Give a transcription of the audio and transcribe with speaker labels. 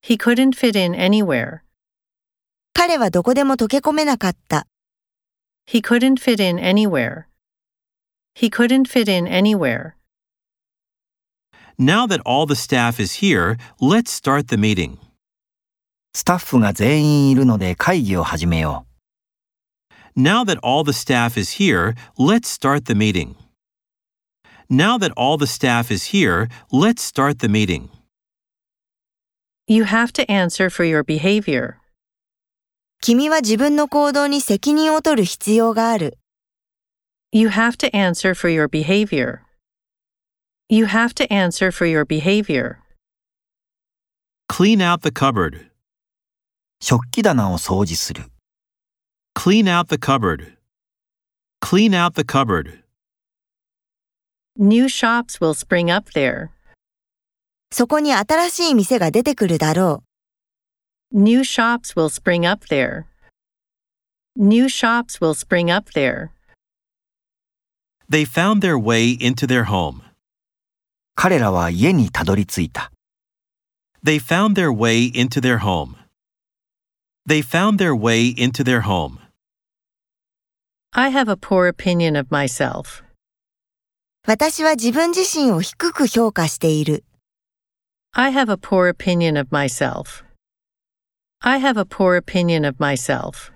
Speaker 1: He couldn't fit in anywhere.
Speaker 2: 彼はどこでも溶け込めなかった。
Speaker 1: He couldn't fit in anywhere. He couldn't fit in anywhere.
Speaker 3: Now that all the staff is here, let's start the meeting.
Speaker 4: スタッフが全員いるので会議を始めよ
Speaker 3: Now that all the staff is here, let's start the meeting. Now that all the staff is here, let's start the meeting.
Speaker 1: You have to answer for your behavior.
Speaker 2: 君は自分の行動に責任を取る必要がある。
Speaker 1: You have to answer for your behavior. You have to answer for your behavior.
Speaker 3: Clean out the cupboard.
Speaker 4: う。食器棚を掃除する。
Speaker 3: Clean out the cupboard. Clean out the cupboard.
Speaker 1: New shops will spring up there.
Speaker 2: そこに新しい店が出てくるだろ
Speaker 1: New shops will spring up there. New shops will spring up there.
Speaker 3: They found their way into their home.
Speaker 4: 彼らは家にたどり着いた。
Speaker 3: They found their way into their home. They found their way into their home.
Speaker 1: I have a poor opinion of myself.
Speaker 2: う。私は自分自身を低く評価している。
Speaker 1: I have a poor opinion of myself. I have a poor opinion of myself.